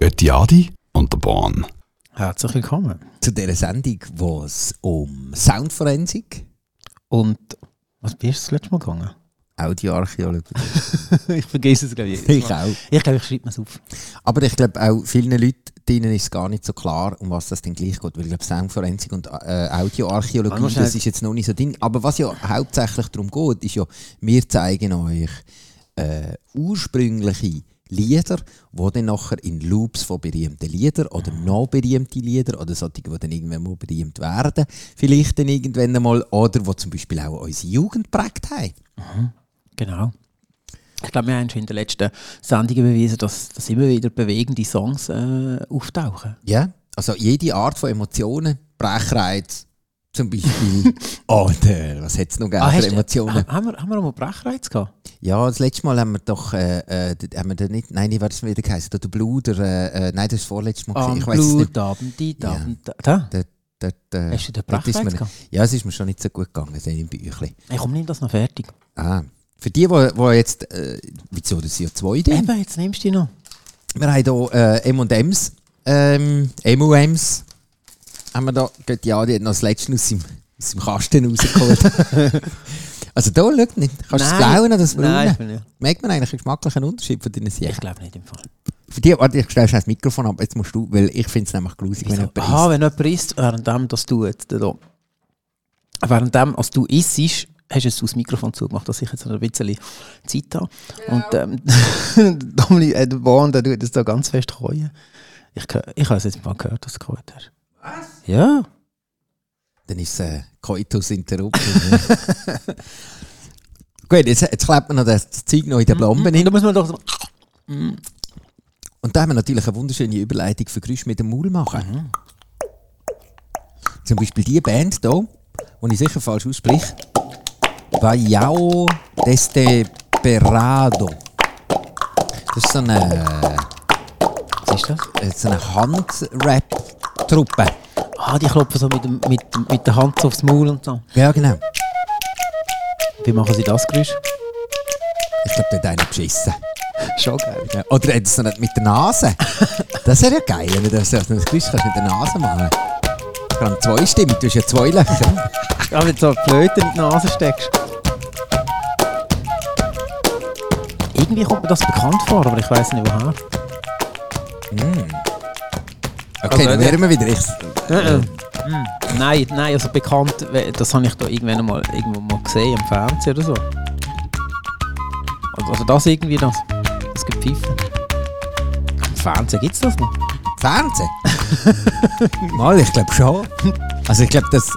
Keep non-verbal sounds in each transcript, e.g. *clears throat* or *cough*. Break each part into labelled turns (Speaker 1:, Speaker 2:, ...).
Speaker 1: Ötti Adi und der Bahn.
Speaker 2: Herzlich willkommen.
Speaker 3: Zu dieser Sendung, wo es um Soundforensik,
Speaker 2: Und was wie ist das letzte Mal gegangen?
Speaker 3: *laughs* Audioarchäologie,
Speaker 2: *laughs* ich vergesse es, glaube ich. jedes
Speaker 3: ich
Speaker 2: Mal.
Speaker 3: auch.
Speaker 2: Ich glaube, ich schreibe mir es auf.
Speaker 3: Aber ich glaube, auch vielen Leuten denen ist gar nicht so klar, um was das denn gleich geht. Weil ich glaube, Soundforensik und äh,
Speaker 2: Man muss
Speaker 3: Audioarchäologie,
Speaker 2: halt-
Speaker 3: das ist jetzt noch nicht so Ding. Aber was ja hauptsächlich darum geht, ist ja, wir zeigen euch äh, ursprüngliche Lieder, die dann nachher in Loops von berühmten Liedern oder noch berühmte Lieder oder solche, die dann irgendwann mal berühmt werden, vielleicht dann irgendwann einmal, oder die zum Beispiel auch unsere Jugend geprägt haben.
Speaker 2: Genau. Ich glaube, wir haben schon in den letzten Sendungen bewiesen, dass, dass immer wieder bewegende Songs äh, auftauchen.
Speaker 3: Ja, also jede Art von Emotionen, Brechreiz zum
Speaker 2: *laughs*
Speaker 3: Beispiel. Oder was hat es noch gegeben für
Speaker 2: Ah, du- ah.
Speaker 3: Emotionen?
Speaker 2: ha- haben, wir, haben wir mal Brechreiz gehabt?
Speaker 3: Ja, das letzte Mal haben wir doch, äh, äh, d- haben wir da nicht, nein, wie war das wieder geheißen? Der Bluder, äh, äh, nein, das war das vorletzte Mal. gewesen,
Speaker 2: Am
Speaker 3: ich weiß es nicht.
Speaker 2: Blutabend, die
Speaker 3: Ja.
Speaker 2: Abend, da. da.
Speaker 3: Dort, äh,
Speaker 2: Hast du den
Speaker 3: dort ist
Speaker 2: Brechreiz
Speaker 3: mir-
Speaker 2: gehabt?
Speaker 3: ja, es ist mir schon nicht so gut gegangen, das im Büchlein.
Speaker 2: Ich komme nicht das noch fertig.
Speaker 3: Ah. Für die, die, die jetzt, äh, wieso das ja zwei denn?
Speaker 2: Eben, jetzt nimmst du die noch.
Speaker 3: Wir haben hier äh, M&M's, ähm, M&M's. Haben wir da, gut, ja, die hat noch das letzte aus dem, aus dem Kasten
Speaker 2: *laughs*
Speaker 3: rausgeholt. also da, schau nicht. Kannst du das
Speaker 2: Nein.
Speaker 3: Blaue oder das
Speaker 2: Nein,
Speaker 3: Braune?
Speaker 2: ich bin nicht.
Speaker 3: Merkt man eigentlich einen geschmacklichen Unterschied von deinen
Speaker 2: Ich
Speaker 3: Siegen?
Speaker 2: glaube nicht im Fall.
Speaker 3: Für die, warte, ich stelle schnell das Mikrofon ab, jetzt musst du, weil ich finde es nämlich grusig, wenn
Speaker 2: Wieso?
Speaker 3: jemand
Speaker 2: Aha,
Speaker 3: isst.
Speaker 2: wenn jemand isst, während dem, dass du jetzt da. Während dem, als du isst, hast du jetzt das Mikrofon zugemacht, dass ich jetzt noch ein bisschen Zeit habe. Und ähm, *laughs* Dominik, äh, der Bahn, der tut jetzt da ganz fest heulen. Ich, gehö- ich habe es jetzt mal gehört, dass du gehört hast. Was? Ja.
Speaker 3: Dann ist es äh, Coitus Interruptus. ne? *laughs* Gut, jetzt, jetzt klebt man noch das Zeug noch in
Speaker 2: Mm,
Speaker 3: den Blomben
Speaker 2: Da muss man doch so.
Speaker 3: Und da haben wir natürlich eine wunderschöne Überleitung für Geräusche mit dem Maul machen. Zum Beispiel die Band hier, die ich sicher falsch ausspreche. Bayao Desperado. Das ist so eine,
Speaker 2: Was ist das?
Speaker 3: äh, so eine Hand-Rap-Truppe.
Speaker 2: Ah, die klopfen so mit, dem, mit, dem- mit der Hand so aufs Maul und so.
Speaker 3: Ja, genau.
Speaker 2: Wie machen sie das Geräusch?
Speaker 3: Ich glaube, der hat einen beschissen.
Speaker 2: Schon geil.
Speaker 3: Ja. Oder hat es noch nicht mit der Nase? Das wäre ja geil, wenn du das, das Geräusch kannst mit der Nase machen Vor allem zwei Stimmen, du hast ja zwei Löcher.
Speaker 2: Ja, Ah, wenn du so eine Flöte in die Nase steckst. Irgendwie kommt mir das bekannt vor, aber ich weiß nicht woher.
Speaker 3: Okay, dann wären wir wieder. Ich,
Speaker 2: Ähm, hm. Nein, nein, also bekannt, we- das habe ich da irgendwann einmal irgendwo mal gesehen im Fernsehen oder so. Also, also das irgendwie das. Es gibt Pfeifen. Im Fernsehen gibt es das noch.
Speaker 3: Fernsehen? *laughs* Mal, ich glaube schon. Also ich glaube, dass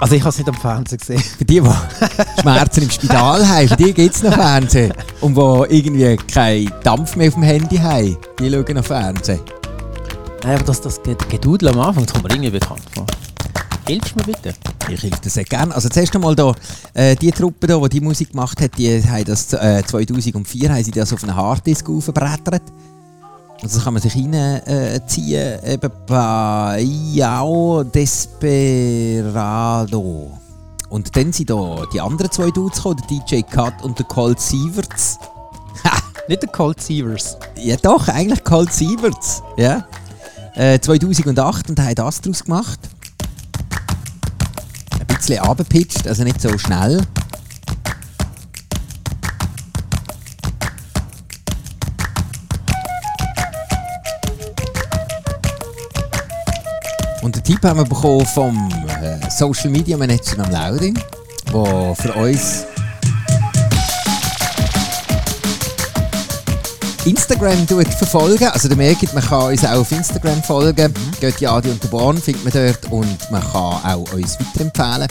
Speaker 2: Also ich habe es nicht am Fernsehen gesehen.
Speaker 3: für die, die *laughs* Schmerzen im Spital haben, für die gibt es noch Fernsehen. Und die irgendwie keinen Dampf mehr auf dem Handy haben, die schauen noch Fernsehen.
Speaker 2: Nein, aber das, das Ge- Gedudel am Anfang, das kommt mir irgendwie bekannt vor. Hilfst du mir bitte?
Speaker 3: Ich helfe dir sehr gerne. Also zuerst einmal da, äh, die Truppe da, die die Musik gemacht hat, die haben das äh, 2004 haben sie das auf eine Harddisk aufgebrettert. Und das kann man sich reinziehen. Äh, ziehen. eben bei Yao Desperado. Und dann sind da die anderen zwei Dudes gekommen, der DJ Cut und der Colt Sieverts.
Speaker 2: Nicht der Cold Seavers.
Speaker 3: Ja doch, eigentlich Colt Sieverts. Ja. Äh, 2008 und haben das daraus gemacht. Ein bisschen abgepitcht, also nicht so schnell. Und den Tipp haben wir bekommen vom äh, Social Media Manager am Laurin, der für uns Instagram tut verfolgen. Also ihr merkt, man kann uns auch auf Instagram folgen. Geht ja Adi und der Born, findet man dort. Und man kann auch uns weiterempfehlen.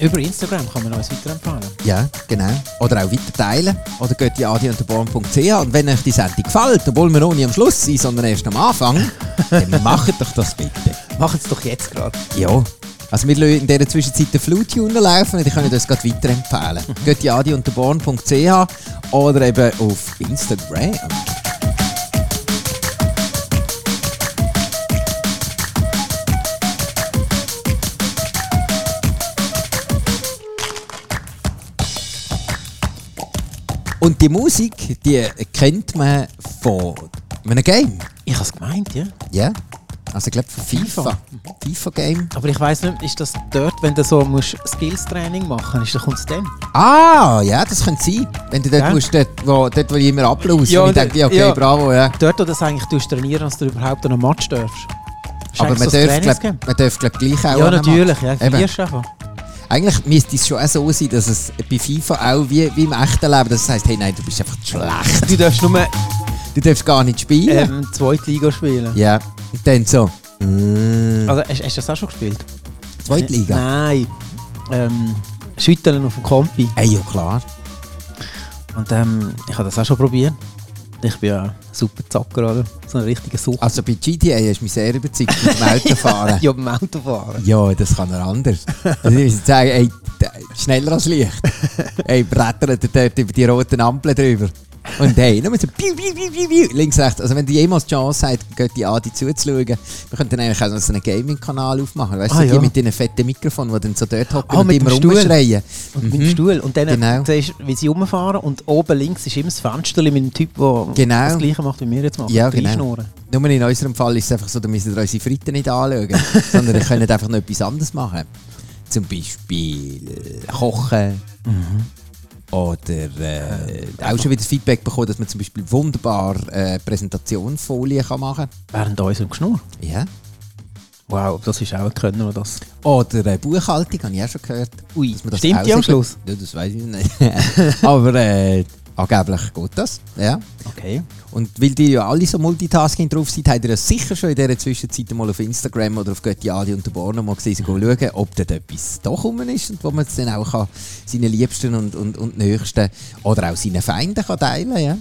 Speaker 2: Über Instagram kann man uns weiterempfehlen.
Speaker 3: Ja, genau. Oder auch weiter teilen. Oder geht ja Adi und der Born.ch. Und wenn euch die Sendung gefällt, obwohl wir noch nicht am Schluss sind, sondern erst am Anfang, dann macht doch das bitte.
Speaker 2: Mach es doch jetzt gerade.
Speaker 3: Ja. Also wir lassen in dieser Zwischenzeit den Fluttuner laufen und ich kann das gerade weiterempfehlen. Geht ja Adi und der Born.ch oder eben auf Instagram. Und die Musik, die kennt man von In einem Game?
Speaker 2: Ich habe es gemeint, ja.
Speaker 3: Ja. Also ich glaube für FIFA. FIFA-Game.
Speaker 2: Aber ich weiss nicht, ist das dort, wenn du so musst Skills-Training machen musst, dann kommt es dann.
Speaker 3: Ah, ja, das könnte sein. Wenn du dort
Speaker 2: Ja.
Speaker 3: musst, dort wo, dort, wo jemand applausen
Speaker 2: Ja,
Speaker 3: und
Speaker 2: und-
Speaker 3: ich denke, ja, okay,
Speaker 2: ja.
Speaker 3: bravo, ja.
Speaker 2: Dort, wo du das eigentlich tust trainieren, dass du überhaupt an einen Match darfst. Ist
Speaker 3: Aber
Speaker 2: eigentlich
Speaker 3: man
Speaker 2: so das
Speaker 3: dürfte,
Speaker 2: Trainingsgame?
Speaker 3: glaub, man dürfte glaub, gleich auch...
Speaker 2: Ja,
Speaker 3: an einem
Speaker 2: natürlich.
Speaker 3: Match-
Speaker 2: Ja,
Speaker 3: Eben.
Speaker 2: verlierst
Speaker 3: *laughs*
Speaker 2: einfach.
Speaker 3: Eigentlich müsste es schon auch so sein, dass es bei FIFA auch wie, wie im echten Leben, das heisst, hey, nein, du bist einfach schlecht.
Speaker 2: Du darfst nur
Speaker 3: Du darfst gar nicht spielen.
Speaker 2: ähm, Zweitliga spielen.
Speaker 3: Ja. Und dann so. Mm.
Speaker 2: Also, hast, hast du das auch schon gespielt?
Speaker 3: Zweitliga.
Speaker 2: Nein. Ähm, Schütteln auf dem Kompi.
Speaker 3: Hey, ja klar.
Speaker 2: Und ähm, ich habe das auch schon probiert. Ich bin ja ein super Zacker, oder? So ein richtiger Sucht.
Speaker 3: Also bei GTA hast du mich sehr überzeugt
Speaker 2: *laughs*
Speaker 3: mit dem Autofahren.
Speaker 2: Ja, beim Autofahren.
Speaker 3: Ja, das kann er
Speaker 2: *laughs*
Speaker 3: anders. Also ich muss sagen, ey, d- schneller als Licht. Ey, brettert er dort über die roten Ampeln drüber. Und hey, nur so piu, piu, piu, piu, piu, links, rechts. Also wenn du jemals die Chance hast, geht die Adi zuzuschauen, wir könnten eigentlich auch noch so einen Gaming-Kanal aufmachen. Weißt du,
Speaker 2: Ah,
Speaker 3: so die
Speaker 2: ja.
Speaker 3: mit diesen fetten Mikrofonen, die dann so dort hocken
Speaker 2: Ah,
Speaker 3: und
Speaker 2: mit dem
Speaker 3: immer
Speaker 2: Stuhl.
Speaker 3: rumschreien.
Speaker 2: Und mit dem Stuhl. Und dann
Speaker 3: Mhm. Genau.
Speaker 2: siehst du, wie sie rumfahren. Und oben links ist immer das Fenster mit dem Typ, der
Speaker 3: Genau.
Speaker 2: das Gleiche macht, wie wir jetzt machen.
Speaker 3: Ja,
Speaker 2: Drei
Speaker 3: genau.
Speaker 2: Schnurren.
Speaker 3: Nur in unserem Fall ist es einfach so, da müssen wir unsere Fritten nicht anschauen,
Speaker 2: *laughs*
Speaker 3: sondern wir können einfach noch etwas anderes machen. Zum Beispiel äh, kochen.
Speaker 2: Mhm.
Speaker 3: Oder äh, auch schon wieder Feedback bekommen, dass man zum Beispiel wunderbar äh, Präsentationsfolien kann machen
Speaker 2: Während unserem Geschnur.
Speaker 3: kann. Ja.
Speaker 2: Wow, das ist auch ein Könner, der das.
Speaker 3: Oder äh, Buchhaltung, habe ich auch schon gehört.
Speaker 2: Ui,
Speaker 3: man das
Speaker 2: stimmt die am
Speaker 3: aushebelt.
Speaker 2: Schluss?
Speaker 3: Ja, das weiß ich nicht. *laughs* Aber äh, angeblich geht das. Ja.
Speaker 2: Okay.
Speaker 3: Und weil die ja alle so Multitasking drauf sind, habt ihr ja sicher schon in dieser Zwischenzeit mal auf Instagram oder auf Göttiadi und der Borno mal gesehen, go schauen, ob dort etwas da gekommen ist und wo man es dann auch kann, seinen Liebsten und, und, und Nächsten oder auch seinen Feinden kann teilen ja?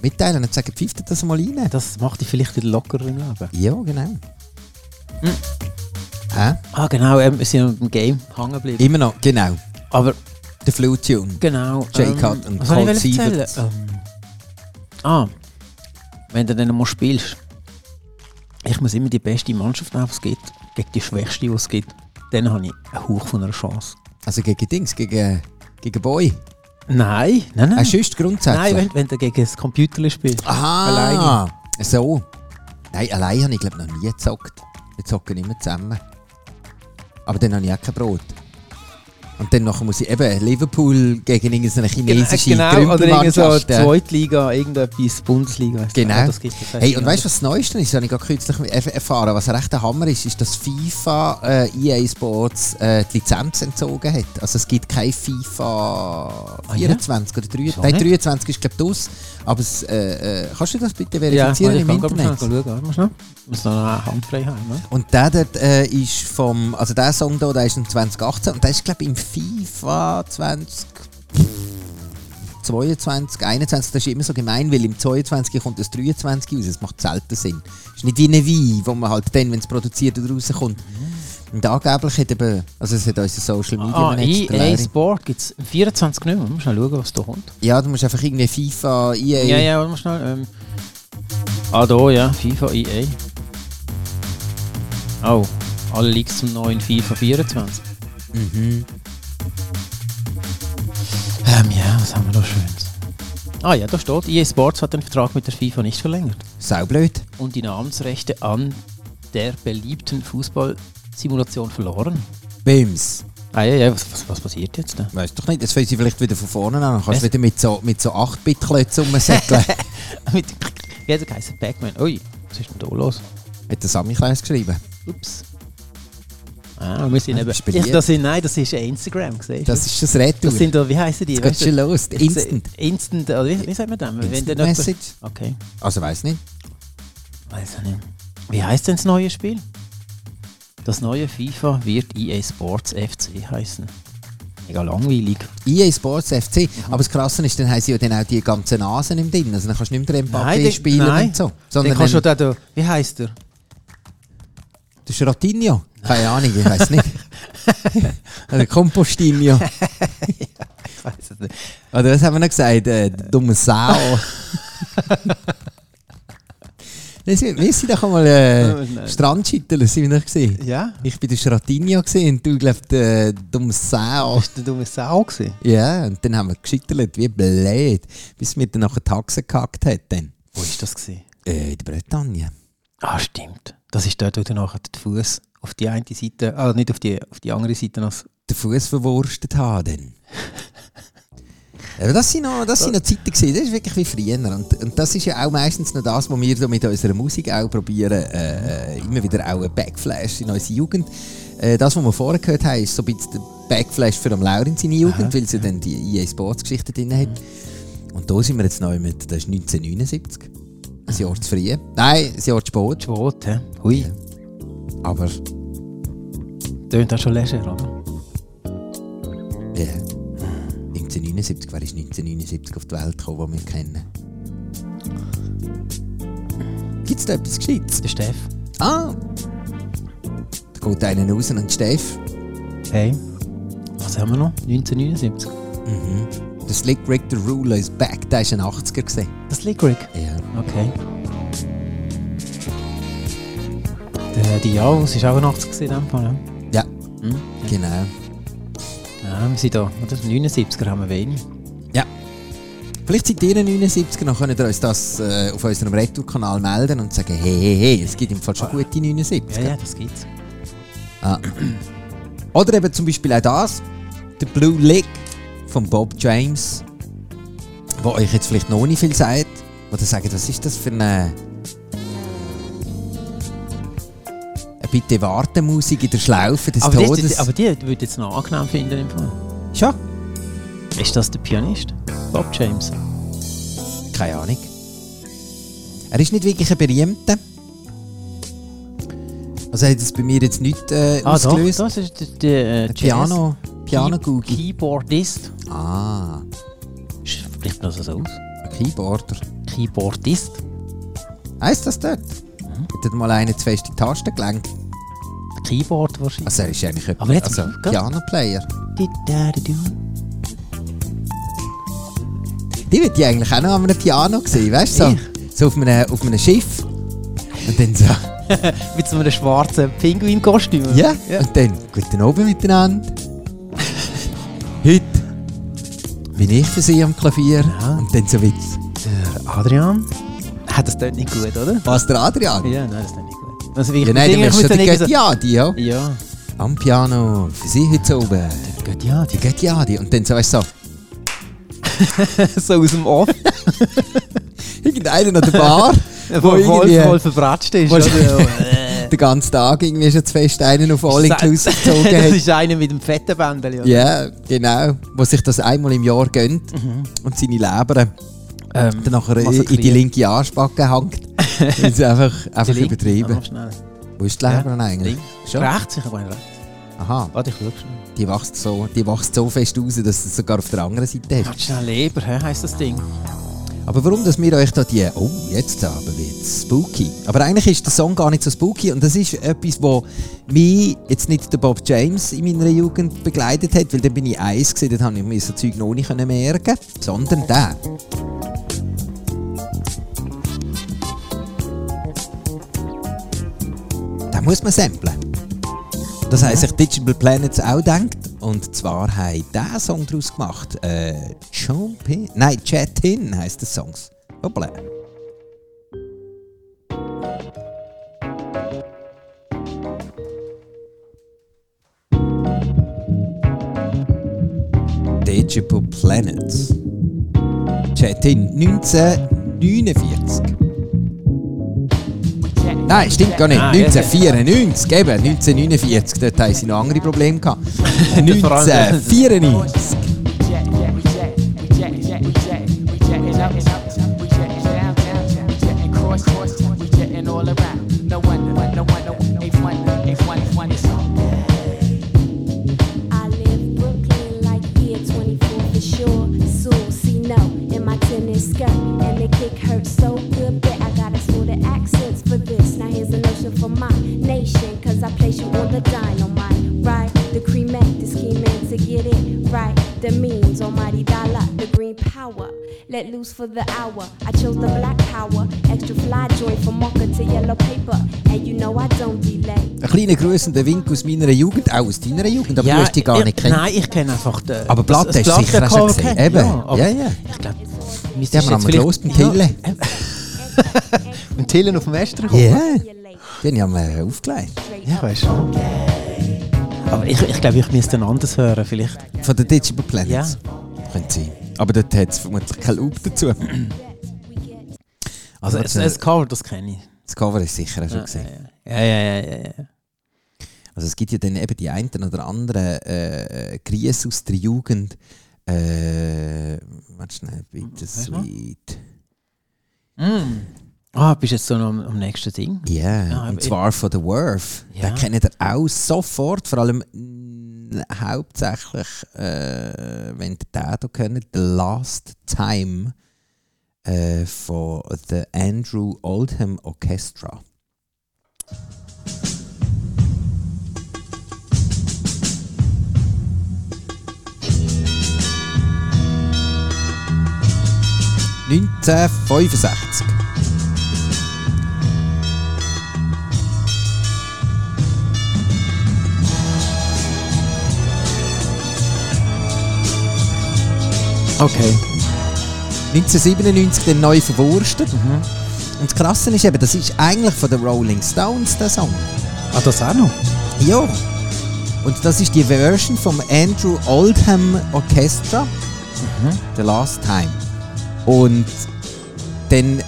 Speaker 3: Mitteilen und sagen, pfeift ihr das mal rein.
Speaker 2: Das macht dich vielleicht wieder lockerer im Leben.
Speaker 3: Ja, genau. Hä?
Speaker 2: Ah, genau, ähm, wir sind im Game hängen geblieben.
Speaker 3: Immer noch, genau.
Speaker 2: Aber
Speaker 3: Der Flutune.
Speaker 2: genau.
Speaker 3: Jay Cut und
Speaker 2: was soll
Speaker 3: Colt
Speaker 2: ich erzählen?
Speaker 3: Sievert.
Speaker 2: Ähm, ah, wenn du dann mal spielst, ich muss immer die beste Mannschaft nehmen, die es gibt, gegen die schwächste, die es gibt. Dann habe ich einen Hauch von einer Chance.
Speaker 3: Also gegen Dings, gegen, gegen Boy.
Speaker 2: Nein, nein, nein.
Speaker 3: Äh, sonst grundsätzlich.
Speaker 2: nein, wenn, wenn du gegen das Computer spielst.
Speaker 3: Aha! So. Nein, allein habe ich glaube noch nie gezockt. Wir zocken immer zusammen. Aber dann habe ich auch kein Brot. Und dann nachher muss ich eben Liverpool gegen irgendeine chinesische
Speaker 2: genau, oder irgendwie so
Speaker 3: Trümpelmannschaft, äh, ja.
Speaker 2: Zweitliga, irgendetwas, Bundesliga. weiss
Speaker 3: Genau.
Speaker 2: nicht, Das gibt es
Speaker 3: Hey, und weißt du, was das Neueste ist? Das habe ich gerade kürzlich erf- erfahren. Was ein rechter Hammer ist, ist, dass FIFA äh, EA Sports äh, die Lizenz entzogen hat. Also es gibt kein FIFA
Speaker 2: Ah, ja?
Speaker 3: 24 oder 23.
Speaker 2: Wieso
Speaker 3: Nein,
Speaker 2: nicht?
Speaker 3: 23 ist glaube ich aus. Aber es, äh, äh, kannst du das bitte
Speaker 2: Ja, ich
Speaker 3: verifizieren
Speaker 2: kann
Speaker 3: im
Speaker 2: gerade mal
Speaker 3: Internet?
Speaker 2: schnell schauen. warte mal schnell. Muss noch eine Hand frei haben. Ne?
Speaker 3: Und der dort äh, ist vom, also der Song hier, der ist im 2018 und der ist glaube ich im FIFA 20... 22, 21, das ist immer so gemein, weil im 22 kommt das 23 raus, das macht selten Sinn. ist nicht wie eine Wein, wo man halt dann, wenn es produziert und rauskommt. Und angeblich hat eben, also es hat unser Social Media
Speaker 2: Ah,
Speaker 3: Manager, der
Speaker 2: EA
Speaker 3: Larry-
Speaker 2: Sport gibt es 24 nicht mehr. Muss schnell schauen, was da kommt.
Speaker 3: Ja, du musst einfach irgendwie FIFA, E EA...
Speaker 2: Ja, ja, warte mal schnell. Ähm. Ah, da, ja. FIFA EA. Oh, alle Leaks zum neuen FIFA 24.
Speaker 3: Mhm.
Speaker 2: Ähm, ja, was haben wir da Schönes? Ah ja, da steht, EA Sports hat den Vertrag mit der FIFA nicht verlängert.
Speaker 3: Saublöd.
Speaker 2: Und die Namensrechte an der beliebten Fußballsimulation verloren.
Speaker 3: Bims.
Speaker 2: Ah ja, ja, was, was, was passiert jetzt da?
Speaker 3: Weißt doch nicht, jetzt fangen sie vielleicht wieder von vorne an und
Speaker 2: Was?
Speaker 3: kannst wieder mit so, mit so 8-Bit-Klötzen rumsäckeln.
Speaker 2: *laughs* Mit, wie hat er geheißen? Pac-Man. Ui, was ist denn da los?
Speaker 3: Hat der Sammy Kleins geschrieben.
Speaker 2: Ups. Ah, wir sind
Speaker 3: Ah,
Speaker 2: eben.
Speaker 3: bist beliebt.
Speaker 2: Ich, das sind, nein, das ist Instagram, gesehen.
Speaker 3: Das ist das Retour.
Speaker 2: das sind da, wie heißen die?
Speaker 3: Jetzt geht's
Speaker 2: weißt du?
Speaker 3: schon los. Instant.
Speaker 2: Äh, Instant, oder wie, wie sagt man das? Wenn
Speaker 3: Instant
Speaker 2: dann jemand-
Speaker 3: Message.
Speaker 2: Okay,
Speaker 3: Also weiß nicht.
Speaker 2: weiß ich nicht. Wie heißt denn das neue Spiel? Das neue FIFA wird EA Sports FC heißen. Mega langweilig.
Speaker 3: EA E Sports FC.
Speaker 2: Mhm.
Speaker 3: Aber das Krasse ist, dann haben sie ja dann auch die ganzen Nasen im Ding. Also dann kannst du nicht mehr den Mbappé
Speaker 2: den-
Speaker 3: spielen
Speaker 2: nein.
Speaker 3: und so.
Speaker 2: Dann
Speaker 3: Sondern
Speaker 2: kannst du
Speaker 3: dann,
Speaker 2: da, da wie heißt der?
Speaker 3: das ist Rotinho. Keine Ahnung, ich
Speaker 2: *laughs*
Speaker 3: weiß nicht. Oder Compostinho.
Speaker 2: Ich weiß es nicht.
Speaker 3: Oder was haben wir noch gesagt? Äh, dumme Sau.
Speaker 2: *laughs*
Speaker 3: Das ist- Wir sind doch einmal
Speaker 2: Oh nein.
Speaker 3: äh, Strandschütteln, sind wir noch gesehen.
Speaker 2: Ja?
Speaker 3: Ich bin der Schratinja gesehen und du glaubst, äh, dumme Sau.
Speaker 2: Bist du dumme Sau gewesen?
Speaker 3: Ja, und dann haben wir geschüttelt, wie blöd, bis mir dann nachher die Taxe gehackt hat. Dann.
Speaker 2: Wo ist das gewesen?
Speaker 3: Äh, in der Bretagne.
Speaker 2: Ah, stimmt. Das ist dort, wo du nachher den Fuß auf die eine Seite, ah, nicht auf die, auf die andere Seite. Als,
Speaker 3: Den Fuß verwurstet haben. dann. Aber das sind noch, das sind noch Zeiten gewesen. Das ist wirklich wie früher. Und, und das ist ja auch meistens noch das, was wir da mit unserer Musik auch probieren. Äh, immer wieder auch ein Backflash in unsere Jugend. Äh, das, was wir vorher gehört haben, ist so ein bisschen der Backflash für am Laurens seine Jugend, weil sie dann die EA Sports Geschichte drin hat. Und da sind wir jetzt neu mit, das ist 1979. Ein Jahr zu früh. Nein, ein Jahr zu spät.
Speaker 2: Schwot, hä? Hui.
Speaker 3: Aber
Speaker 2: Tönt auch schon leger, oder?
Speaker 3: Ja. 1979, wer ist 1979 auf die Welt gekommen, den wir kennen? Gibt es da etwas Gescheites?
Speaker 2: Der Steff.
Speaker 3: Ah! Da geht einer raus und Steff.
Speaker 2: Hey. Was haben wir noch? 1979. Mhm.
Speaker 3: Der Slick Rick the Ruler ist back, der ist ein 80er gesehen.
Speaker 2: Das Licorick.
Speaker 3: Ja.
Speaker 2: Okay. Der, die Jaws ist auch ein 80 gewesen in dem Fall, ja?
Speaker 3: Ja,
Speaker 2: Hm?
Speaker 3: genau.
Speaker 2: Ja, wir sind da. Das 79er haben wir wenig.
Speaker 3: Ja. Vielleicht seid ihr 79er, dann könnt ihr uns das äh, auf unserem Retour-Kanal melden und sagen, hey, hey, hey, es gibt im Fall schon gute 79er.
Speaker 2: Ah. Ja, ja, das gibt's.
Speaker 3: Oder eben zum Beispiel auch das, der Blue Lick von Bob James, wo euch jetzt vielleicht noch nicht viel sagt, oder sagt, was ist das für eine eine bitte warten Musik in der Schlaufe des
Speaker 2: Aber die,
Speaker 3: Todes.
Speaker 2: die, aber die würde ich jetzt noch angenehm finden im Fall.
Speaker 3: ja,
Speaker 2: Ist das der Pianist? Bob James.
Speaker 3: keine Ahnung. Er ist nicht wirklich ein Berühmter. Also hat es bei mir jetzt nicht äh,
Speaker 2: Ah, doch,
Speaker 3: ausgelöst.
Speaker 2: das ist der, der äh,
Speaker 3: Ein Piano, Piano
Speaker 2: Key Keyboardist.
Speaker 3: Ah,
Speaker 2: Spricht man das so aus?
Speaker 3: ein Keyboarder.
Speaker 2: Keyboardist?
Speaker 3: Heißt das dort? Hat dort mal einer zu fest in die Tasten gelenkt?
Speaker 2: Keyboard wahrscheinlich.
Speaker 3: Also er ist eigentlich
Speaker 2: Ah, Aber jetzt-
Speaker 3: also,
Speaker 2: gell?
Speaker 3: Piano-Player.
Speaker 2: Di-da-di-du.
Speaker 3: Die wird ja eigentlich auch noch an einem Piano gesehen, weißt du? So, so auf, einem, auf einem Schiff. Und dann so,
Speaker 2: Mit so einem schwarzen Pinguin-Kostüm.
Speaker 3: ja. Und dann, guten Abend miteinander. Heute bin ich für Sie am Klavier. Und dann so Witz.
Speaker 2: Der Adrian? Ah, das tönt nicht gut, oder?
Speaker 3: Was der Adrian?
Speaker 2: Ja, nein, das tönt nicht gut. Also, wie ich
Speaker 3: Ja, nein, dann
Speaker 2: denke, ich
Speaker 3: wärst du
Speaker 2: muss
Speaker 3: schon
Speaker 2: irgendwie
Speaker 3: die
Speaker 2: so-
Speaker 3: Göttiadi, ja?
Speaker 2: Ja,
Speaker 3: Am Piano, für Sie heute oben.
Speaker 2: der Göttiadi.
Speaker 3: Die Göttiadi. Und dann so, weißt du, so,
Speaker 2: *laughs* so aus dem *laughs* Off,
Speaker 3: irgendeiner an
Speaker 2: *laughs*
Speaker 3: der Bar.
Speaker 2: wo voll,
Speaker 3: irgendwie-
Speaker 2: voll verbratscht ist.
Speaker 3: Wo-
Speaker 2: oder? *laughs* Äh.
Speaker 3: Den ganzen Tag irgendwie schon zu fest einen auf
Speaker 2: *laughs*
Speaker 3: All-Inclusive gezogen
Speaker 2: Das
Speaker 3: hat.
Speaker 2: ist einer mit dem fetten Bändel. oder?
Speaker 3: Ja, genau. Wo sich das einmal im Jahr gönnt und seine Leber
Speaker 2: Ähm,
Speaker 3: dann nachher in,
Speaker 2: massakriert.
Speaker 3: in die linke Arschbacke hängt. Weil sie einfach, einfach
Speaker 2: Link? Ah,
Speaker 3: übertrieben.
Speaker 2: mach schnell.
Speaker 3: Wo ist die Leber denn eigentlich?
Speaker 2: Links.
Speaker 3: Schon?
Speaker 2: Rechts, ich meine rechts.
Speaker 3: Aha,
Speaker 2: Warte, ich schau schnell.
Speaker 3: die wächst, so, die wächst so fest raus, dass sie es sogar auf der anderen Seite ist.
Speaker 2: Warte schnell, Leber, hä, heisst das Ding.
Speaker 3: Aber warum, dass wir euch da die... Oh, jetzt aber wird's spooky. Aber eigentlich ist der Song gar nicht so spooky und das ist etwas, wo mich jetzt nicht der Bob James in meiner Jugend begleitet hat, weil dann bin ich eins gesehen, dann habe ich mir so Zeug noch nicht können merken, sondern der. Da muss man samplen. Das haben sich Digital Planets auch denkt. Und zwar haben diesen Song daraus gemacht. Äh, Jumpin. Nein, Chatin heisst der Song. Hoppla. Digital Planets. Chatin 1949. Nein, stimmt gar nicht.
Speaker 2: Ah, ja, ja.
Speaker 3: 1994, eben 1949, dort hatten sie noch andere Probleme.
Speaker 2: *laughs*
Speaker 3: gehabt.
Speaker 2: Vor allem-
Speaker 3: 1994.
Speaker 4: I live Brooklyn like year 24 for sure. Soon see no in my tennis skirt. And the kick hurts so good that I gotta sort of accents for this. Now here's a notion for my nation, cause I place you on the dynamite. Right, the cream act, the scheming to get it right. The means, almighty dollar, the green power. Let loose for the hour. I chose the black power. Extra fly joint from mocha to yellow paper. And you know I don't delay.
Speaker 3: Ein kleiner grüßender Wink aus meiner Jugend, auch aus deiner Jugend, aber du hast die gar
Speaker 2: ich,
Speaker 3: nicht gekannt.
Speaker 2: Nein, ich kenne einfach den.
Speaker 3: Aber Platte hast du sicher auch
Speaker 2: Plattencover
Speaker 3: schon gesehen.
Speaker 2: kenn ich,
Speaker 3: Eben.
Speaker 2: Ja, aber
Speaker 3: Ja, ja.
Speaker 2: Ich glaube,
Speaker 3: haben wir einmal gelost beim Tillen.
Speaker 2: Im Chillen auf dem Western
Speaker 3: Ja, den haben wir äh, aufgelegt.
Speaker 2: Ja, weißt du. Aber ich, ich glaube, ich müsste den anders hören, vielleicht.
Speaker 3: Von den Digital Planets.
Speaker 2: Ja.
Speaker 3: Könnte sein. Aber dort hat es vermutlich keinen Loop dazu. Also,
Speaker 2: das,
Speaker 3: jetzt,
Speaker 2: das Cover, das kenne ich.
Speaker 3: das Cover ist sicher auch schon
Speaker 2: Ja,
Speaker 3: gesehen.
Speaker 2: Ja, ja, ja, ja. ja, ja.
Speaker 3: Also es gibt ja dann eben die einen oder anderen äh, Grüße aus der Jugend. Äh, warte schnell, bitte
Speaker 2: Weißt du noch?
Speaker 3: sweet.
Speaker 2: Mm. Ah, bist jetzt so noch am, am nächsten Ding?
Speaker 3: Yeah.
Speaker 2: Ja,
Speaker 3: Ja,
Speaker 2: aber
Speaker 3: und zwar von The Worth.
Speaker 2: Ja.
Speaker 3: Den kennt ihr auch sofort, vor allem mh, hauptsächlich, äh, wenn ihr den hier kennt, The Last Time äh, von The Andrew Oldham Orchestra. «1965».
Speaker 2: Okay.
Speaker 3: 1997 dann neu verwurstet.
Speaker 2: Mhm.
Speaker 3: Und das Krasse ist eben, das ist eigentlich von den Rolling Stones, der Song.
Speaker 2: Ah, das auch noch?
Speaker 3: Ja. Und das ist die Version vom Andrew Oldham Orchestra,
Speaker 2: Mhm.
Speaker 3: The Last Time. Und dann,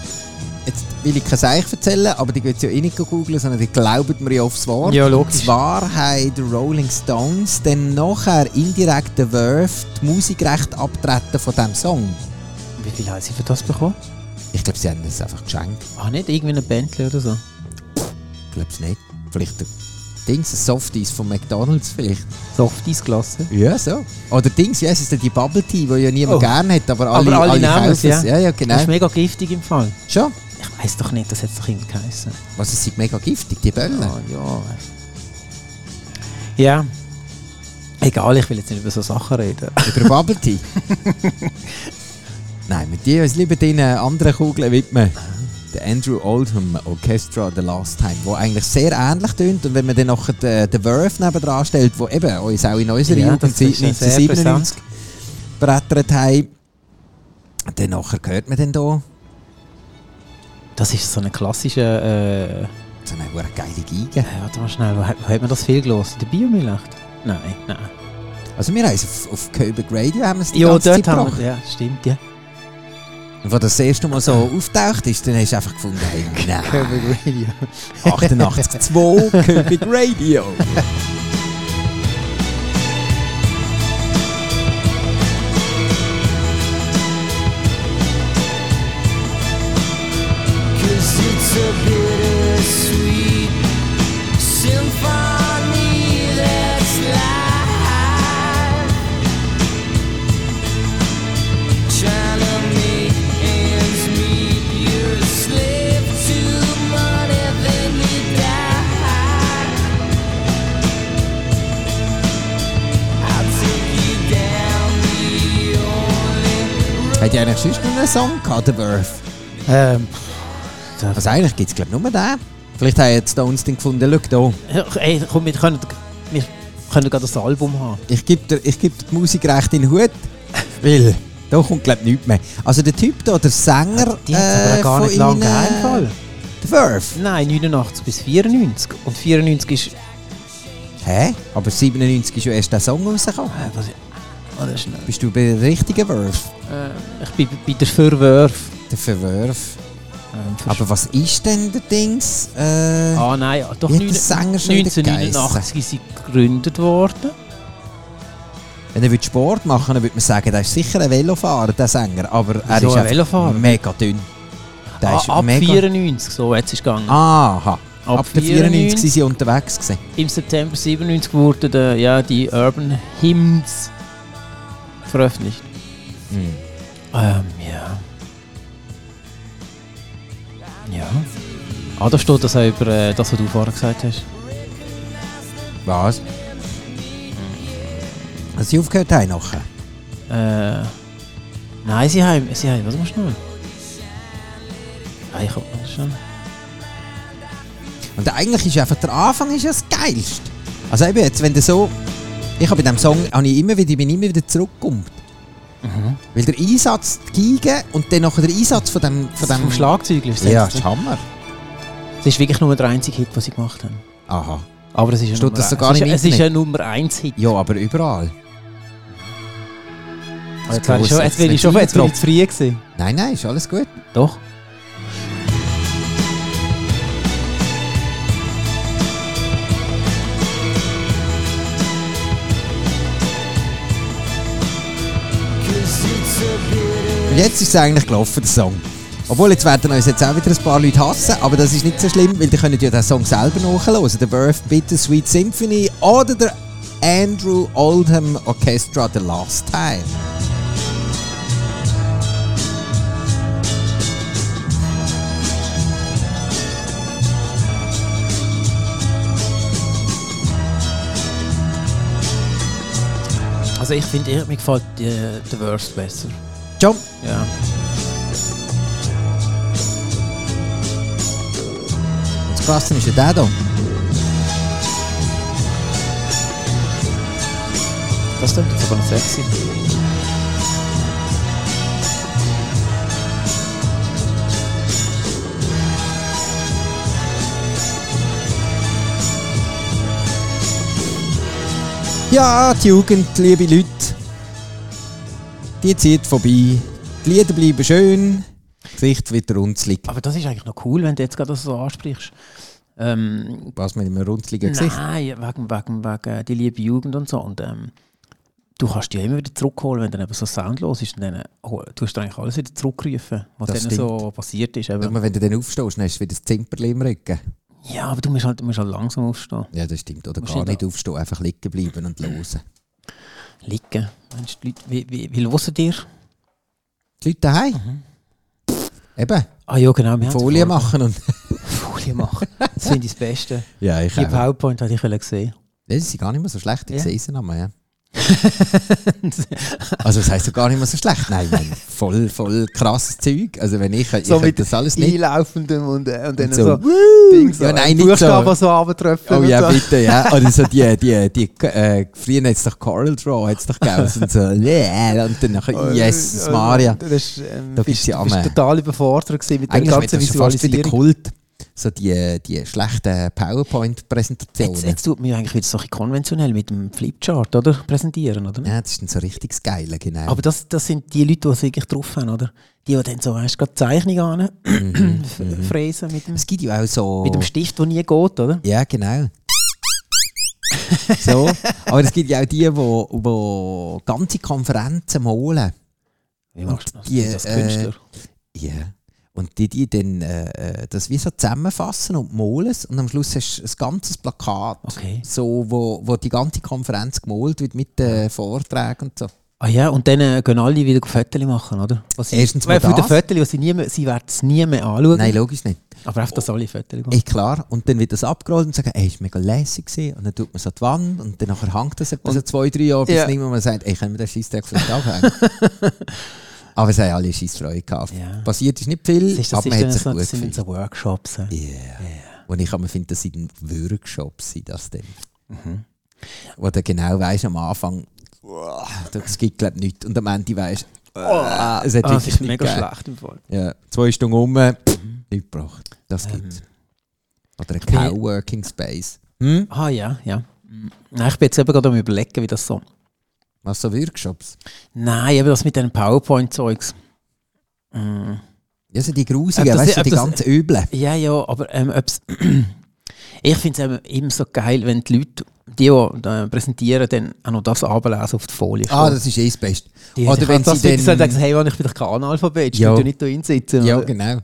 Speaker 3: jetzt will ich kein Eich erzählen, aber die geht ja eh nicht googeln, sondern die glauben mir ja aufs Wort.
Speaker 2: Ja, logisch.
Speaker 3: Und zwar haben die Rolling Stones dann nachher indirekt der Verve die Musikrechte abtreten von diesem Song.
Speaker 2: Wie viel haben sie für das bekommen?
Speaker 3: Ich glaube, sie haben es einfach geschenkt.
Speaker 2: Ah, nicht irgendwie eine Bentley oder so.
Speaker 3: Ich glaube es nicht. Vielleicht der Dings, ein Softies von McDonalds vielleicht.
Speaker 2: Softies gelassen.
Speaker 3: Ja, so. Oder Dings, ja, es ist ja die Bubble Tea, die ja niemand
Speaker 2: Oh.
Speaker 3: gerne hat, aber alle,
Speaker 2: Aber alle nehmen es,
Speaker 3: kaufen es.
Speaker 2: ja.
Speaker 3: Ja, ja,
Speaker 2: Das
Speaker 3: genau.
Speaker 2: ist mega giftig im Fall.
Speaker 3: Schon.
Speaker 2: Ich weiß doch nicht, das hat doch irgendwie geheißen.
Speaker 3: Was, es sind mega giftig, die Böllen.
Speaker 2: Ah, ja. Ja. Egal, ich will jetzt nicht über so Sachen *laughs* reden.
Speaker 3: Über Bubble Tea. *laughs* Nein, mit dir uns lieber den anderen Kugeln widmen. Der Andrew Oldham Orchestra The Last Time, wo eigentlich sehr ähnlich tönt. Und wenn man dann noch den, den Verve nebendran stellt, wo eben uns auch in unserer
Speaker 2: Ja, das
Speaker 3: Jugendzeit
Speaker 2: ist ja sehr
Speaker 3: 1997 brettert haben, dann nachher hört man dann hier
Speaker 2: Das ist so eine klassische. Äh,
Speaker 3: so eine verdammt geile Geige.
Speaker 2: äh, warte mal schnell, wo hat, wo hat man das viel gelesen? Der Biomilcht? Nein, nein.
Speaker 3: Also wir haben es auf, auf Köbig Radio haben wir es die
Speaker 2: Ja,
Speaker 3: ganze
Speaker 2: dort
Speaker 3: Zeit
Speaker 2: haben
Speaker 3: gebracht.
Speaker 2: wir. Ja, stimmt, ja.
Speaker 3: Und als das erste Mal so auftaucht ist, dann hast du einfach gefunden, hey, nein,
Speaker 2: Radio.
Speaker 3: 88.2 Köbig Radio.
Speaker 5: Cause it's a bittersweet symphony that's life. Trying to make ends meet. You're a slave to money, then you die. I'll take you down the only road.
Speaker 3: Hat ja eigentlich sonst noch einen Song gehabt, The Birth?
Speaker 2: Ähm,
Speaker 3: Also eigentlich gibt es glaube ich nur den. Vielleicht haben jetzt da uns den gefunden, schau hier.
Speaker 2: ey, komm, wir können, wir können gerade das Album haben.
Speaker 3: Ich gebe dir, ich geb dir die Musik recht in den Hut, weil da kommt glaube ich nichts mehr. Also der Typ da, der Sänger äh,
Speaker 2: Die hat es aber gar
Speaker 3: von
Speaker 2: nicht lange
Speaker 3: ihnen,
Speaker 2: gegeben, im Fall.
Speaker 3: The Verve.
Speaker 2: Nein, 89 bis 94. Und 94 ist.
Speaker 3: Hä? Aber 97 ist ja erst der Song rausgekommen.
Speaker 2: Äh, was,
Speaker 3: oh,
Speaker 2: oder schnell.
Speaker 3: Bist du bei der richtigen Verve?
Speaker 2: Äh, ich bin bei der Verwürf.
Speaker 3: Der Verwurf.
Speaker 2: Ähm, Ver-
Speaker 3: Aber was ist denn der Dings? Äh,
Speaker 2: ah, nein, ja, doch
Speaker 3: Wie hat der
Speaker 2: neun-
Speaker 3: Sänger schon wieder
Speaker 2: 1989 ist sie gegründet worden.
Speaker 3: Wenn er Sport machen würde, würde man sagen, der ist sicher ein Velofahrer, der Sänger. Aber
Speaker 2: Wieso
Speaker 3: er ist
Speaker 2: ein
Speaker 3: einfach
Speaker 2: Velofahrer?
Speaker 3: mega dünn. Der ist
Speaker 2: ah, ab
Speaker 3: mega... Ah.
Speaker 2: 94, so jetzt ist gegangen.
Speaker 3: Aha.
Speaker 2: Ab
Speaker 3: Ab, der 94 waren sie unterwegs. Gewesen.
Speaker 2: Im September 97 wurden äh, ja, die Urban Hymns veröffentlicht.
Speaker 3: Hm.
Speaker 2: Ähm, ja. Ja. Ah, da steht das auch über äh, das, was du vorher gesagt hast.
Speaker 3: Was? Als sie aufgehört haben nachher.
Speaker 2: Äh, nein, sie haben, sie haben, was musst du noch? Ah, ich hab schon.
Speaker 3: Und eigentlich ist einfach der Anfang ist ja das Geilste. Also eben jetzt, wenn du so... Ich habe bei diesem Song habe ich immer wieder, bin immer wieder zurückgekommen. Weil der Einsatz, die Geige und dann nachher der Einsatz von dem... Von
Speaker 2: Vom
Speaker 3: dem
Speaker 2: Schlagzeugler ist das
Speaker 3: Ja,
Speaker 2: jetzt,
Speaker 3: ist
Speaker 2: ne?
Speaker 3: Hammer.
Speaker 2: Es ist wirklich nur der einzige Hit, den sie gemacht haben.
Speaker 3: Aha.
Speaker 2: Aber es ist ein
Speaker 3: Steht
Speaker 2: Nummer
Speaker 3: das
Speaker 2: ein-
Speaker 3: sogar
Speaker 2: es
Speaker 3: im
Speaker 2: ist, es ist
Speaker 3: Internet?
Speaker 2: ein Nummer 1 Hit.
Speaker 3: Ja, aber überall.
Speaker 2: Aber Jetzt, wär ich Also schon, jetzt bin ich
Speaker 3: Jetzt
Speaker 2: schon
Speaker 3: nicht
Speaker 2: jetzt bin ich
Speaker 3: drauf.
Speaker 2: zu früh gewesen.
Speaker 3: Nein, nein, ist alles gut.
Speaker 2: Doch.
Speaker 3: Und jetzt ist es eigentlich gelaufen, der Song. Obwohl, jetzt werden uns jetzt auch wieder ein paar Leute hassen, aber das ist nicht so schlimm, weil die können ja den Song selber nachhören. Der Birth Bittersweet Symphony oder der Andrew Oldham Orchestra The Last Time.
Speaker 2: Also ich finde, eher, mir gefällt die, The Worst besser.
Speaker 3: Jump!
Speaker 2: Ja.
Speaker 3: Und Das Krasse ist ja der hier.
Speaker 2: Das klingt jetzt aber noch sexy.
Speaker 3: Ja, die Jugend, liebe Leute, die Zeit vorbei. Die Lieder bleiben schön, das Gesicht wieder runzlig.
Speaker 2: Aber das ist eigentlich noch cool, wenn du jetzt gerade das so ansprichst. Ähm,
Speaker 3: Was mit einem runzligen Gesicht?
Speaker 2: nein, wegen, wegen, wegen die liebe Jugend und so. Und ähm, du kannst die ja immer wieder zurückholen, wenn dann eben so soundlos ist. Und dann oh, tust du eigentlich alles wieder zurückrufen, was
Speaker 3: Das
Speaker 2: dann so passiert ist. Eben.
Speaker 3: Nur wenn du dann aufstehst, dann hast du wieder das Zimperli im Rücken.
Speaker 2: Ja, aber du musst halt, du musst halt langsam aufstehen.
Speaker 3: Ja, das stimmt. Oder
Speaker 2: Musst
Speaker 3: gar
Speaker 2: nicht
Speaker 3: nicht aufstehen, einfach liegen bleiben und hören.
Speaker 2: Liegen. Meinst du, die Leute, wie, wie, wie hören dir?
Speaker 3: Die Leute daheim. Mhm. Eben,
Speaker 2: Ah ja, genau. Wir haben
Speaker 3: Folie
Speaker 2: es *laughs*
Speaker 3: machen und...
Speaker 2: vor- Folie machen. Das finde ich das *laughs* Beste.
Speaker 3: Ja, ich
Speaker 2: Die PowerPoint hätte ich *laughs* gesehen.
Speaker 3: Das ist gar nicht mehr so schlecht, ich
Speaker 2: Ja.
Speaker 3: sehe sie nochmal,
Speaker 2: *laughs*
Speaker 3: ja. Also das heisst ja gar nicht mehr so schlecht. Nein, ich meine, voll, voll krasses Zeug. Also wenn ich, ich
Speaker 2: So
Speaker 3: könnte
Speaker 2: mit
Speaker 3: das alles nicht...
Speaker 2: Einlaufendem und, äh, und dann
Speaker 3: so,
Speaker 2: so, Dings,
Speaker 3: Ja,
Speaker 2: äh,
Speaker 3: nein, nicht so.
Speaker 2: Buchstaben so runtertröpfeln
Speaker 3: Oh
Speaker 2: und
Speaker 3: ja,
Speaker 2: so.
Speaker 3: bitte,
Speaker 2: *laughs*
Speaker 3: ja. Oder so die, die, die, äh, früher hat es doch Coral Draw, hat es doch gegeben. Und so, *laughs* yeah, und dann nachher, yes,
Speaker 2: Äh,
Speaker 3: Maria.
Speaker 2: Du bist, ähm,
Speaker 3: Da bist
Speaker 2: bist,
Speaker 3: du
Speaker 2: du bist
Speaker 3: am-
Speaker 2: total überfordert gewesen mit der
Speaker 3: Eigentlich wird
Speaker 2: ganzen
Speaker 3: das schon fast wieder
Speaker 2: Visualisierung.
Speaker 3: Kult. So die, die schlechten
Speaker 2: Jetzt,
Speaker 3: PowerPoint-Präsentationen.
Speaker 2: jetzt tut man ja eigentlich wieder so ein bisschen konventionell mit dem Flipchart, oder? Präsentieren, oder?
Speaker 3: Ja, das ist dann so richtig das Geile, genau.
Speaker 2: Aber das, das sind die Leute, die es wirklich drauf haben, oder? Die, die dann so, weißt du, gerade Zeichnungen an, *clears throat* f- fräsen mit dem,
Speaker 3: Mhm, es gibt ja auch so...
Speaker 2: mit dem Stift, der nie geht, oder?
Speaker 3: Ja, genau. so. Aber es gibt ja auch die, die wo, wo ganze Konferenzen malen.
Speaker 2: Wie machst du das?
Speaker 3: die,
Speaker 2: Sind das
Speaker 3: äh,
Speaker 2: Künstler?
Speaker 3: Ja. Und die, die dann äh, äh, das wie so zusammenfassen und malen es. Und am Schluss hast du ein ganzes Plakat,
Speaker 2: Okay.
Speaker 3: so, wo, wo die ganze Konferenz gemalt wird mit den Vorträgen und so.
Speaker 2: Ah ja, und dann äh, gehen alle wieder Fotos machen, oder? Was sie-
Speaker 3: Erstens mal
Speaker 2: Weil von den
Speaker 3: das.
Speaker 2: Fotos, die sie, nie mehr, sie werden es nie mehr anschauen.
Speaker 3: Nein, logisch nicht.
Speaker 2: aber einfach, dass alle Fotos machen.
Speaker 3: Ey, klar. Und dann wird das abgerollt und sagen, ey, ist mega lässig gewesen. Und dann tut man es an die Wand und dann nachher hängt das etwa so zwei, drei Jahre, bis
Speaker 2: Ja.
Speaker 3: niemand mehr sagt, ey, können wir den Scheissdreck
Speaker 2: *laughs*
Speaker 3: vielleicht abhängen? Aber es haben alle scheisse Freude gehabt.
Speaker 2: Ja.
Speaker 3: Passiert ist nicht viel,
Speaker 2: Das, ist, das,
Speaker 3: aber
Speaker 2: ist
Speaker 3: man
Speaker 2: dann
Speaker 3: hat sich
Speaker 2: so,
Speaker 3: gut
Speaker 2: das sind dann so
Speaker 3: gefühlt.
Speaker 2: Workshops. äh.
Speaker 3: Yeah. Und ich habe mir gedacht, das sind Workshops, sind das denn.
Speaker 2: Mhm.
Speaker 3: Wo du genau weißt am Anfang, uah, das gibt glaube ich nichts. Und am Ende weißt du, uah, es hat
Speaker 2: Oh. Ah, das
Speaker 3: wirklich
Speaker 2: ist
Speaker 3: nicht
Speaker 2: mega
Speaker 3: gegeben.
Speaker 2: schlecht im Fall.
Speaker 3: Ja, zwei Stunden um, nichts gebracht. Das gibt's. Oder ein
Speaker 2: bin-
Speaker 3: Coworking Space. Hm?
Speaker 2: Ah ja, ja. Nein, ich bin jetzt eben gerade am überlegen, wie das so...
Speaker 3: Was so Workshops?
Speaker 2: Nein, eben das mit den PowerPoint-Zeugs. Mm.
Speaker 3: Ja, so die grusigen,
Speaker 2: Ob das-
Speaker 3: weißt du,
Speaker 2: ob
Speaker 3: die
Speaker 2: das-
Speaker 3: ganzen Üblen.
Speaker 2: Ja, ja, aber ähm, ob's *clears throat* ich finde es eben immer so geil, wenn die Leute, die, die äh, präsentieren, dann auch noch das ablesen auf die Folie.
Speaker 3: Ah, das ist eh das Beste.
Speaker 2: die,
Speaker 3: oder wenn sie
Speaker 2: dann...
Speaker 3: dann-
Speaker 2: sagen, hey, Mann, ich bin doch kein Analphabet, ich
Speaker 3: Ja.
Speaker 2: will doch nicht da hinsitzen.
Speaker 3: Ja,
Speaker 2: oder?
Speaker 3: genau.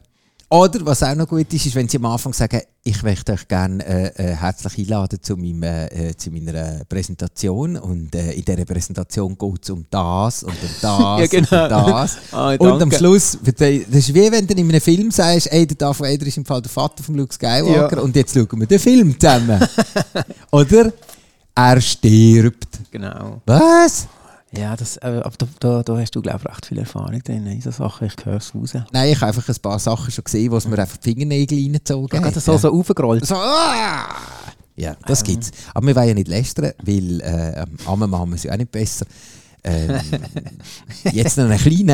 Speaker 3: Oder was auch noch gut ist, ist, wenn sie am Anfang sagen, ich möchte euch gerne äh, äh, herzlich einladen zu, meinem, äh, äh, zu meiner Präsentation und äh, in dieser Präsentation geht es um das
Speaker 2: *laughs*
Speaker 3: und um das
Speaker 2: Ja, genau.
Speaker 3: und um das.
Speaker 2: Ah,
Speaker 3: und am
Speaker 2: danke.
Speaker 3: Schluss, erzähl- das ist wie wenn du in einem Film sagst, ey, der Darth Vader ist im Fall der Vater von Luke Skywalker
Speaker 2: Ja.
Speaker 3: und jetzt schauen wir den
Speaker 2: *laughs*
Speaker 3: Film zusammen. Oder? Er stirbt.
Speaker 2: Genau.
Speaker 3: Was?
Speaker 2: Ja, das, äh, aber da, da, da hast du, glaube ich, recht viel Erfahrung drin in so Sachen. Ich höre es raus. Ich
Speaker 3: Nein, ich habe einfach ein paar Sachen schon gesehen, wo es mir einfach die Fingernägel reingezogen
Speaker 2: habe
Speaker 3: hat.
Speaker 2: das so,
Speaker 3: Ja.
Speaker 2: so aufgerollt.
Speaker 3: So, ah! Ja, das gibt's. Aber wir wollen ja nicht lästern, weil äh, am Abend machen wir es ja auch nicht besser. Äh, Ähm, *laughs* jetzt noch einen kleinen,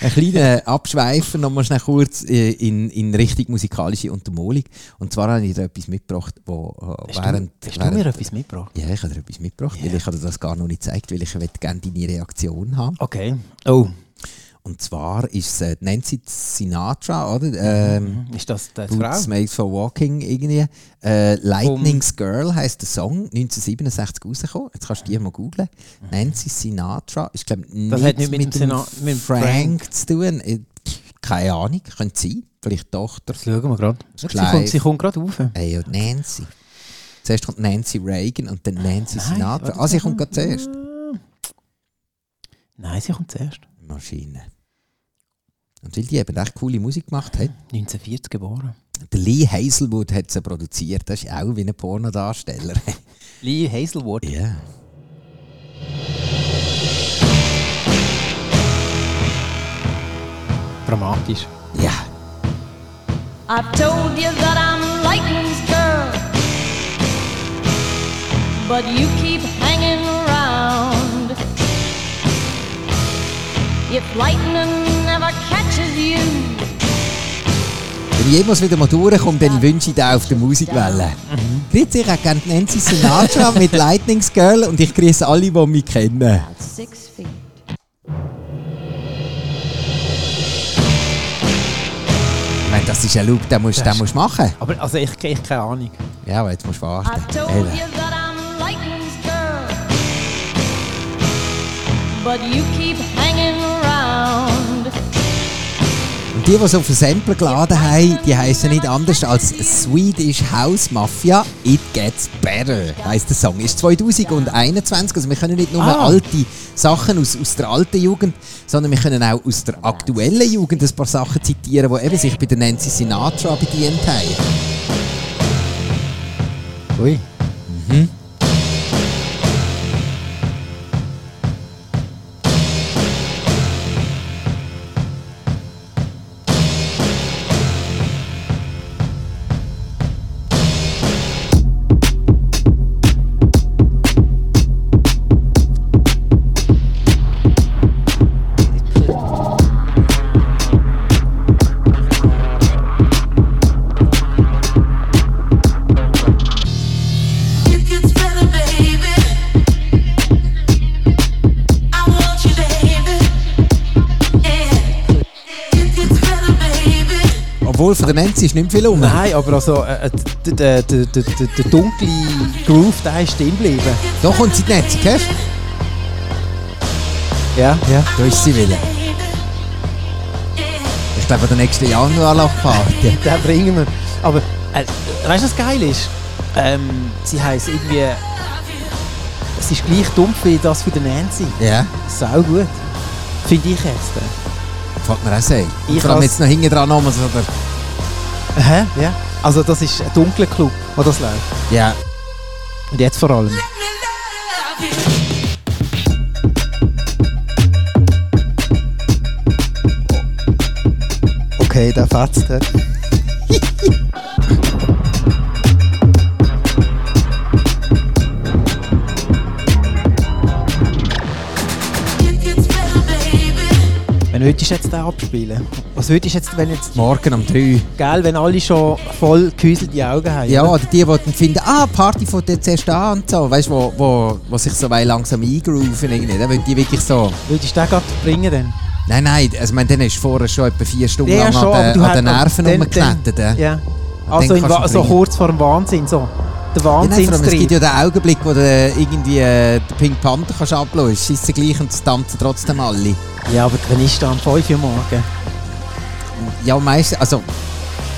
Speaker 3: einen kleinen Abschweifen, noch mal schnell kurz äh, in, in Richtung musikalische Untermalung. Und zwar habe ich dir etwas mitgebracht, wo äh,
Speaker 2: Hast,
Speaker 3: während...
Speaker 2: du, hast du
Speaker 3: während
Speaker 2: mir etwas mitgebracht?
Speaker 3: ja, ich habe dir etwas mitgebracht, weil ich habe dir das gar noch nicht gezeigt, weil ich möchte gerne deine Reaktion haben.
Speaker 2: Okay. Oh,
Speaker 3: Und zwar ist es äh, Nancy Sinatra, oder? Ähm,
Speaker 2: ist das die
Speaker 3: Boots
Speaker 2: Frau?
Speaker 3: Made for Walking irgendwie. Äh, Lightning's
Speaker 2: Um.
Speaker 3: Girl heisst der Song, 1967 rausgekommen. Jetzt kannst du die mal googlen. Nancy Sinatra ist, glaube ich,
Speaker 2: Mhm. Das hat nicht mit dem Sina- mit dem
Speaker 3: Frank,
Speaker 2: Frank
Speaker 3: zu tun. Äh, pff, Keine Ahnung, könnte sein. Vielleicht Tochter.
Speaker 2: Das schauen wir gerade. Sie
Speaker 3: Kleid.
Speaker 2: kommt, sie kommt gerade rauf.
Speaker 3: Hey, und Nancy. Zuerst kommt Nancy Reagan und dann Nancy
Speaker 2: Nein,
Speaker 3: Sinatra.
Speaker 2: warte.
Speaker 3: Ah, sie kommt gerade zuerst.
Speaker 2: Nein, sie kommt zuerst.
Speaker 3: Maschine. Und weil die eben echt coole Musik gemacht hat,
Speaker 2: 1940 geboren.
Speaker 3: Der Lee Hazelwood hat sie produziert. Das ist auch wie ein Pornodarsteller.
Speaker 2: Lee Hazelwood.
Speaker 3: Ja.
Speaker 2: Dramatisch.
Speaker 3: Ja.
Speaker 6: I've told you that I'm lightning's girl, but you keep hanging around. If lightning never catches you,
Speaker 3: Wenn ich jemals wieder mal durchkomme, dann wünsche ich dir auf der Musikwelle. Grüezi, ich kenne Nancy Sinatra mit Lightning's Girl und ich grüße alle, die mich kennen.
Speaker 6: six feet.
Speaker 3: Ich meine, das ist ein Loop, den musst den musst du machen.
Speaker 2: Aber also ich, ich keine Ahnung.
Speaker 3: Ja, aber jetzt musst du warten.
Speaker 6: I've told
Speaker 3: Eben.
Speaker 6: you that I'm lightning's girl, but you keep hanging around.
Speaker 3: Und die, die so auf den Sampler geladen haben, die heißen nicht anders als Swedish House Mafia It Gets Better, heisst der Song. Ist 2021, also wir können nicht nur
Speaker 2: Ah.
Speaker 3: alte Sachen aus, aus der alten Jugend, sondern wir können auch aus der aktuellen Jugend ein paar Sachen zitieren, die eben sich bei der Nancy Sinatra bedient haben.
Speaker 2: Ui.
Speaker 7: It gets better, baby. I want you, baby. Yeah. It gets better, baby.
Speaker 3: Obwohl von der Nancy ist nicht mehr viel um.
Speaker 2: Nein, aber also äh, äh, d- d- d- d- d- der dunkle Groove, der ist stehen geblieben.
Speaker 3: Da kommt sie die Nancy, hörst
Speaker 2: Ja, ja.
Speaker 3: du? Da ist sie wieder. Ich glaube, der nächste Januarlochparty.
Speaker 2: Den bringen wir. Aber äh, weißt du, was geil ist? Ähm, sie heisst irgendwie. Es ist gleich dumpf wie das von der Nancy.
Speaker 3: Ja,
Speaker 2: Sau gut. Finde ich jetzt. äh.
Speaker 3: fällt mir auch sagen.
Speaker 2: Ich
Speaker 3: Vor allem
Speaker 2: has-
Speaker 3: jetzt noch hinten dran nochmal so der...
Speaker 2: Hä? Ja. Also das ist ein dunkler Club, wo das läuft.
Speaker 3: Ja.
Speaker 2: Und jetzt vor allem. Okay, der fetzt. hä?
Speaker 7: It gets better, baby.
Speaker 2: Wenn würdest du jetzt den abspielen? Was würdest du jetzt, wenn jetzt...
Speaker 3: Morgen um 3.
Speaker 2: Gell, wenn alle schon voll gehäuselte Augen haben?
Speaker 3: Ja,
Speaker 2: oder?
Speaker 3: oder die, die dann finden, ah, Party von der zuerst an und so. Weißt du, wo, wo, wo sich so weit langsam eingrooven irgendwie. Dann wollen die wirklich so.
Speaker 2: Würdest du den gerade bringen dann?
Speaker 3: Nein, nein, also, ich meine, dann hast du vorher schon etwa vier Stunden lang an, den, an den Nerven rumgeklettert. äh.
Speaker 2: Ja. Also
Speaker 3: dann
Speaker 2: im
Speaker 3: kannst du
Speaker 2: Wa-
Speaker 3: ihn
Speaker 2: so
Speaker 3: bringen.
Speaker 2: kurz vor dem Wahnsinn, so. Der
Speaker 3: Ja, nein, vor allem, es gibt ja
Speaker 2: Wahnsinnstrieb.
Speaker 3: den Augenblick, wo du irgendwie äh, den Pink Panther kannst ablassen kannst. Scheiße gleich und es tanzen trotzdem alle.
Speaker 2: Ja, aber wenn ist da am 5 Uhr morgen?
Speaker 3: Ja, meistens, also,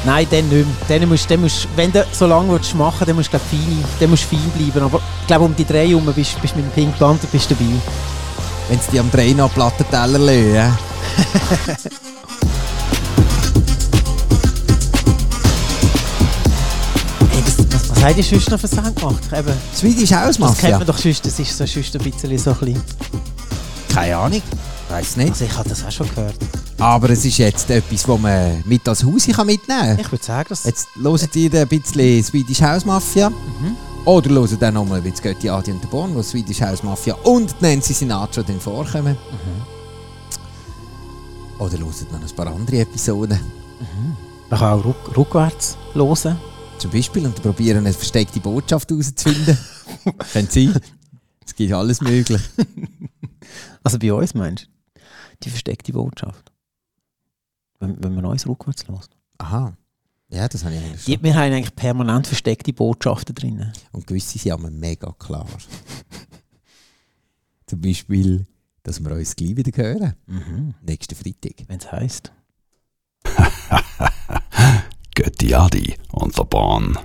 Speaker 2: Nein, dann nicht mehr. Dann musst, dann musst, wenn du so lange willst machen willst, dann musst du glaub, fein, dann musst du fein bleiben. Aber ich glaube, um die drei herum bist bist mit dem Pink Panther bist du dabei.
Speaker 3: wenn sie die am Drehen noch Plattenteller lösen.
Speaker 2: Ey, das, was, was hat die sonst noch für Sound gemacht? Eben,
Speaker 3: Swedish
Speaker 2: das
Speaker 3: House
Speaker 2: kennt
Speaker 3: Mafia?
Speaker 2: man doch sonst, das ist so, sonst ein bisschen so ein bisschen...
Speaker 3: Keine Ahnung. Weiß nicht.
Speaker 2: Also ich habe das auch schon gehört.
Speaker 3: Aber es ist jetzt etwas, was man mit als Haus mitnehmen kann.
Speaker 2: Äh, Ich würde sagen, das...
Speaker 3: Jetzt hören Sie ein bisschen Swedish House Mafia Oder hören dann nochmal wie das Götti Adi und der Born, wo Swedish House Mafia und Nancy Sinatra drin vorkommen. Oder hören dann ein paar andere Episoden.
Speaker 2: Man kann auch ruck, rückwärts hören.
Speaker 3: Zum Beispiel und probieren eine versteckte Botschaft herauszufinden. Könnte sein. Es gibt alles möglich.
Speaker 2: Also bei uns, meinst du? Die versteckte Botschaft. Wenn, wenn man uns rückwärts hört.
Speaker 3: Aha. Ja, das habe ich eigentlich schon.
Speaker 2: Die, wir haben eigentlich permanent versteckte Botschaften drin.
Speaker 3: Und gewisse sind aber mega klar. *laughs* Zum Beispiel, dass wir uns gleich wieder hören.
Speaker 2: Mhm.
Speaker 3: Nächsten Freitag.
Speaker 2: Wenn es heisst.
Speaker 1: Götti Adi und der Bahn.